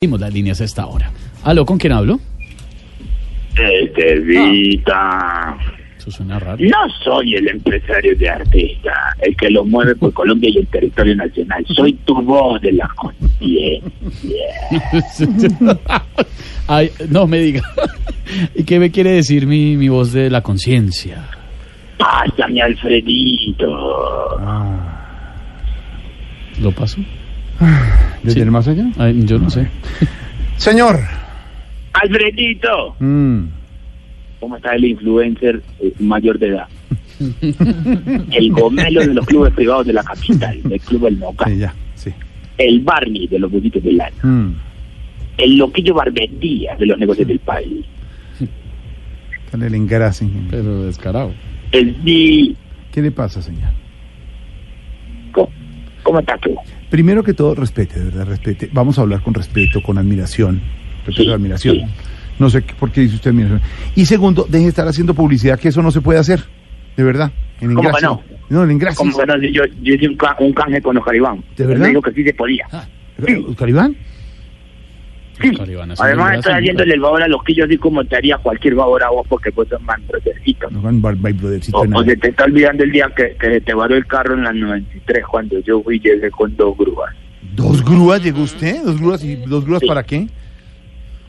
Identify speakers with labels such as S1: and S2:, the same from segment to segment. S1: Dimos las líneas a esta hora. ¿Aló, con quién hablo?
S2: Estevita.
S1: Eso suena raro.
S2: No soy el empresario de artista, el que lo mueve por Colombia y el territorio nacional. Soy tu voz de la conciencia.
S1: Ay, no me diga. ¿Y qué me quiere decir mi, mi voz de la conciencia?
S2: Pásame, Alfredito.
S1: ¿Lo paso?
S3: ¿Desde
S1: Sí.
S3: el más allá?
S1: Ay, yo no sé.
S3: Señor.
S2: Alfredito.
S3: Mm.
S2: ¿Cómo está el influencer eh, mayor de edad? El gomelo de los clubes privados de la capital, del club El Moca.
S3: Sí, Ah, ya, sí.
S2: El Barney de los buditos de lana.
S3: Mm.
S2: El loquillo Barbendía de los negocios del país.
S3: Dale el engrase, ingeniero.
S1: Pero descarado.
S2: El di...
S3: ¿Qué le pasa, señor?
S2: ¿Cómo, cómo estás tú?
S3: Primero que todo, respete, de verdad, respete. Vamos a hablar con respeto, con admiración. Respeto
S2: Sí,
S3: y admiración.
S2: sí.
S3: No sé qué- por qué dice usted admiración. Y segundo, deje de estar haciendo publicidad, que eso no se puede hacer. De verdad. En
S2: ¿Cómo
S3: engrase.
S2: que no?
S3: No, en engrase.
S2: Como que no, yo, yo hice un, ca- un canje con los Caribán.
S3: ¿De verdad?
S2: Me dijo que sí se podía.
S3: Eh, ¿Caribán?
S2: Sí.
S1: Los Caribán hacen
S2: Además,
S1: desgracia,
S2: estoy haciéndole el favor a los quillos, así como te haría cualquier favor a vos, porque vos sos man brothercito.
S3: No, con Bar- Bar- Brothercito,
S2: O,
S3: nada.
S2: o se te está olvidando el día que, que se te varó el carro en la 93 cuando yo fui y llegué con dos grúas.
S3: ¿Dos grúas llegó usted? ¿Dos grúas y dos grúas
S2: Sí.
S3: para qué?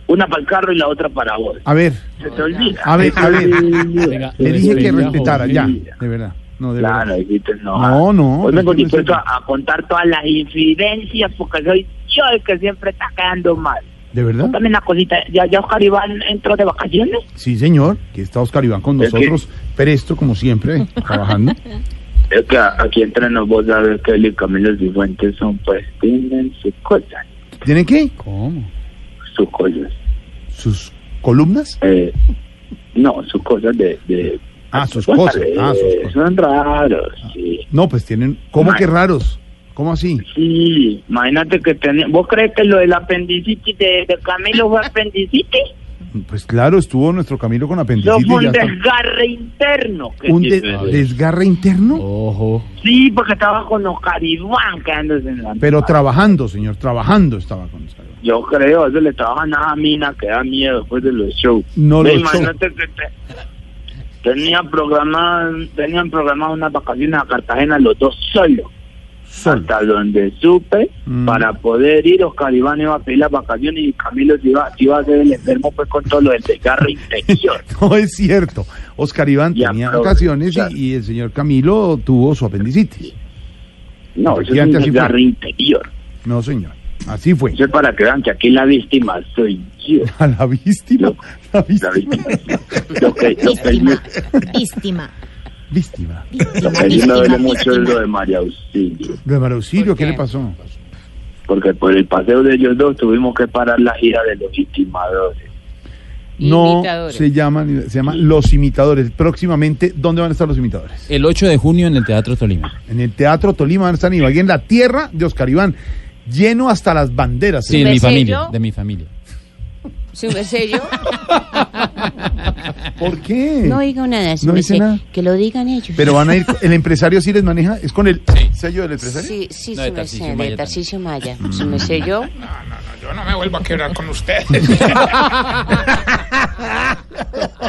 S2: Una para el carro y la otra para vos.
S3: A ver.
S2: Se te olvida.
S3: Ah, A ver, a ver.
S1: Venga,
S3: Le dije que
S1: respeta,
S3: respetara,
S1: Jorge.
S3: ya, de verdad. No, de
S2: Claro,
S3: verdad.
S2: hijito, no.
S3: No, no,
S2: Hoy vengo
S3: no, no,
S2: dispuesto
S3: no.
S2: a, a contar todas las infidencias porque soy yo el que siempre está quedando mal.
S3: ¿De verdad?
S2: Dame una cosita, ¿ya, ya Oscar Iván entró de vacaciones?
S3: Sí, señor. Que está Oscar Iván con
S2: Es que-
S3: nosotros, presto, como siempre, trabajando.
S2: Es que aquí entre nos vos sabés que él y Camilo Cifuentes son pues tienen sus cosas,
S3: ¿Tiene qué?
S1: ¿Cómo?
S2: sus cosas.
S3: ¿Sus columnas?
S2: Eh, no, sus cosas de... de eh,
S3: Ah, sus
S2: Pues,
S3: cosas. Ah, sus cosas.
S2: Son raros, sí.
S3: No, pues tienen... ¿Cómo que raros? ¿Cómo así?
S2: Sí, imagínate que tenés... ¿Vos crees que lo del apendicitis de, de Camilo fue apendicitis?
S3: Pues claro, estuvo nuestro Camilo con
S2: Eso
S3: apendicitis.
S2: fue un
S3: ya está.
S2: desgarre interno. Que
S3: ¿Un
S2: sí,
S3: de- desgarre interno?
S1: Ojo.
S2: sí, porque estaba con Oscar Iván quedándose en la...
S3: Pero trabajando, señor, trabajando estaba con Oscar Iván.
S2: Yo creo, eso le trabaja nada a Mina, que da miedo después de los shows.
S3: No
S2: Ve,
S3: los
S2: imagínate que te- tenía programada, tenían programado unas vacaciones a Cartagena los dos solos.
S3: Solo.
S2: Hasta donde supe,
S3: Mm.
S2: para poder ir, Oscar Iván iba a pedir las vacaciones y Camilo se iba, se iba a hacer el enfermo pues con todo lo del desgarro interior.
S3: No es cierto. Oscar Iván
S2: Ya,
S3: tenía
S2: pero-
S3: vacaciones
S2: ya.
S3: y, y el señor Camilo tuvo su apendicitis.
S2: No, eso
S3: Y
S2: es un
S3: antes así fue.
S2: desgarro interior.
S3: No, señor. Así fue.
S2: Eso es para que vean que aquí la víctima soy yo.
S3: A la víctima.
S2: No.
S3: La
S2: La
S3: víctima.
S2: víctima. lo que, lo que-
S4: Víctima. Víctima.
S2: lo
S3: Víctima.
S2: que a mí me duele mucho es lo de María Auxilio.
S3: De Marausilio,
S5: ¿Por
S3: ¿qué
S5: qué?
S3: le pasó?
S2: porque por el paseo de ellos dos tuvimos que parar la gira de los intimadores.
S3: No se llaman, se llama Los Imitadores. Próximamente, ¿dónde van a estar los imitadores?
S6: El 8 de junio en el Teatro Tolima.
S3: En el Teatro Tolima van a estar en Ibagué, en la tierra de Oscar Iván. Lleno hasta las banderas.
S6: Sí, de mi
S4: ¿Besello?
S6: familia, de mi familia.
S4: Su besello.
S3: ¿Por qué?
S4: No diga nada, su
S3: No dice
S4: besello.
S3: nada.
S4: Que lo digan ellos.
S3: Pero van a ir, el empresario sí les maneja, es con el sello del empresario.
S4: Sí, sí,
S6: No, de
S4: su
S6: Tarcisio
S4: merced,
S6: Maya
S4: de Tarcisio Maya. Su merced, yo.
S7: Yo no me vuelvo a quebrar con ustedes.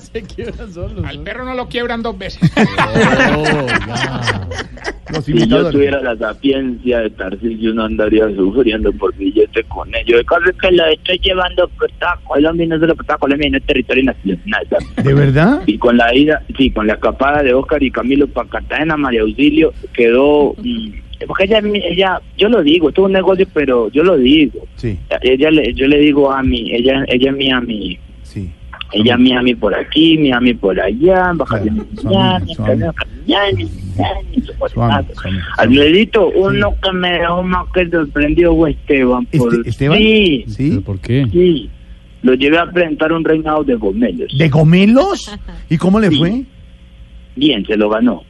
S1: Se quiebran solos.
S7: Al perro no lo quiebran dos veces.
S3: Los
S2: Si yo
S3: imitadores.
S2: tuviera la sapiencia de Tarcillo, no andaría sufriendo por billetes con ellos. El caso es que lo estoy llevando a Colombia, y no solo a Colombia, no es territorio nacional. ¿sabes?
S3: ¿De verdad?
S2: Y con la ida, sí, con la escapada de Oscar y Camilo para Cartagena, María Auxilio quedó. mm, porque ella, ella, yo lo digo, esto es un negocio, pero yo lo digo.
S3: Sí,
S2: Ella, le- yo le digo a mi, ella, ella es mi amiga.
S3: sí.
S2: Ella Miami por aquí, Miami por allá, vacaciones
S3: Suave,
S2: Miami,
S3: suave.
S2: Miami, Miami, Miami, su
S3: Suave,
S2: cuerpazo.
S3: suave, suave.
S2: Alfredito, uno que me dejó más que sorprendió fue Esteban. Por...
S3: Este- Esteban.
S2: Sí,
S3: ¿Sí?
S1: ¿Por qué?
S2: sí. Lo llevé a presentar un reinado de gomelos.
S3: ¿De gomelos? ¿Y cómo le fue?
S2: Bien, se lo ganó.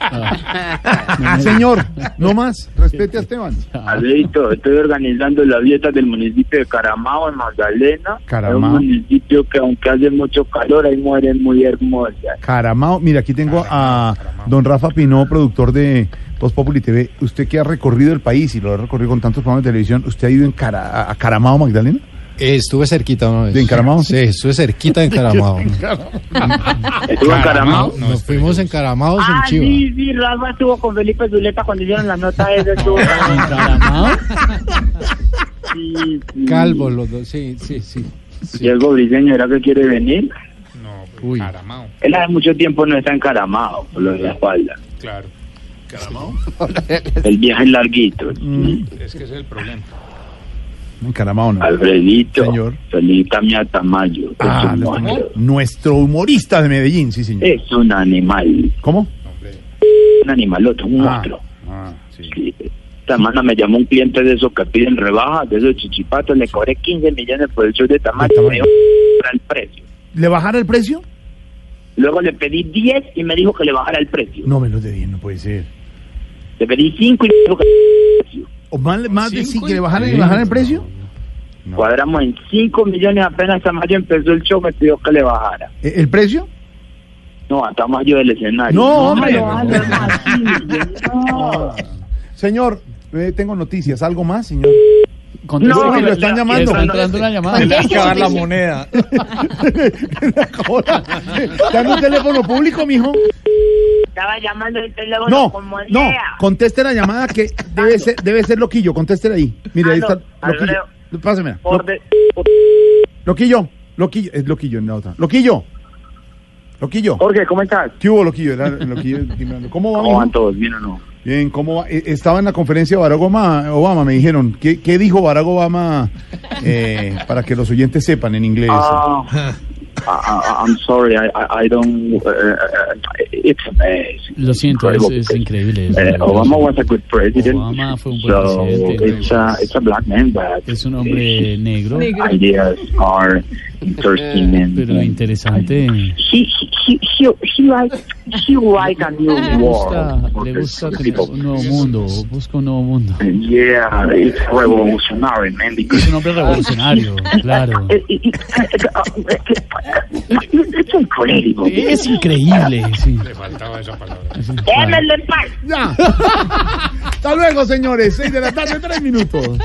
S3: Ah, Señor, no más. Respete a Esteban.
S2: Alfredito, estoy organizando la dieta del municipio de Caramao, en Magdalena.
S3: Caramao.
S2: Es un municipio que aunque hace mucho calor, hay mujeres muy hermosas.
S3: Caramao, mira, aquí tengo a don Rafa Pinó, productor de Voz Populi TV. Usted que ha recorrido el país y lo ha recorrido con tantos programas de televisión, ¿usted ha ido en Cara- a Caramao, Magdalena?
S6: estuve cerquita una vez.
S3: ¿De Encaramado?
S6: Sí, estuve cerquita de Encaramado.
S2: ¿Estuvo en Caramao?
S6: Nos fuimos encaramados en
S2: Ah,
S6: Chiva.
S2: sí, sí, Rafa estuvo con Felipe Zuleta cuando hicieron la nota esa. Estuvo...
S6: ¿Encaramado?
S2: Sí, sí.
S6: Calvos los dos, sí, sí, sí. sí.
S2: Diego Briseño, ¿era que quiere venir?
S7: No, pues,
S6: Uy.
S7: caramao,
S2: Él hace mucho tiempo no está encaramado por lo de la espalda.
S7: claro. Caramao,
S2: El viaje es larguito.
S3: Mm.
S7: es que ese es el problema.
S3: En Caramao, no.
S2: Alfredito,
S3: Señor.
S2: Felita Mia Tamayo. Es,
S3: Ah,
S2: un
S3: nuestro-
S2: monstruo.
S3: nuestro humorista de Medellín, sí, señor.
S2: es un animal,
S3: ¿Cómo?
S2: un animalote, un
S3: Ah,
S2: monstruo.
S3: ah, sí.
S2: Sí. Esta semana me llamó un cliente de esos que piden rebajas, de esos chichipatos, le cobré 15 millones por el show de Tamayo,
S3: De Tamayo.
S2: me dijo que bajara el precio.
S3: ¿Le bajara el precio?
S2: Luego le pedí 10 y me dijo que le bajara el precio.
S3: No me lo debían, no puede ser.
S2: Le pedí 5 y me dijo que le bajara el precio.
S3: ¿O más, más de
S7: Cinco
S3: sí que le
S7: y
S3: bajaran, le
S7: tres.
S3: bajaran el precio?
S2: Cuadramos en 5 millones apenas Tamayo empezó el show, me pidió que le bajara.
S3: ¿E- ¿El precio?
S2: No, a Tamayo del escenario.
S3: No, hombre.
S2: no, no, no,
S3: Señor, eh, tengo noticias. ¿Algo más, señor?
S1: Conteste
S2: No,
S1: que
S2: le-
S1: lo están
S2: le-
S1: llamando.
S2: le-
S1: Está entrando una llamada.
S6: moneda.
S3: ¿Está en un teléfono público, mijo?
S2: Estaba llamando el teléfono
S3: No,
S2: como
S3: no,
S2: sea.
S3: conteste la llamada que debe ser, debe ser Loquillo, contéstela ahí. Mire, ahí
S2: Aló,
S3: está Loquillo.
S2: Alfredo.
S3: Pásemela.
S2: Por
S3: Lo-
S2: de-
S3: Loquillo, Loquillo, es Loquillo en la otra. Loquillo, Loquillo.
S2: Jorge, ¿cómo estás?
S3: ¿Qué hubo, Loquillo? Era Loquillo timbrando. ¿Cómo va,
S2: ¿Cómo
S3: mijo?
S2: van todos? ¿Bien o no?
S3: Bien, ¿cómo va? Eh, Estaba en la conferencia de Barack Obama, Obama, me dijeron. ¿Qué, qué dijo Barack Obama eh, para que los oyentes sepan en inglés?
S2: Ah, I- I- I'm sorry, I, I- I don't. uh, uh, it's amazing.
S1: Lo siento, es, es
S2: Incredible.
S1: increíble. es
S2: Eh,
S1: maravilloso.
S2: Obama was a good president.
S1: Obama fue un buen
S2: so
S1: presidente.
S2: It's a, it's a black man, but
S1: Es un hombre negro,
S2: his ideas are interesting and
S1: Eh, pero interesante.
S2: he he he he likes he likes a new
S1: Le gusta,
S2: world for
S1: le
S2: the
S1: gusta tener
S2: people.
S1: un nuevo mundo, busca un nuevo mundo.
S2: Yeah, it's revolutionary, man. Because
S1: Es un hombre revolucionario, claro.
S2: it, it, it, uh, it's incredible.
S1: Es increíble, sí.
S7: Le faltaba esa palabra.
S3: Ya. Hasta luego, señores. Seis de la tarde, tres minutos.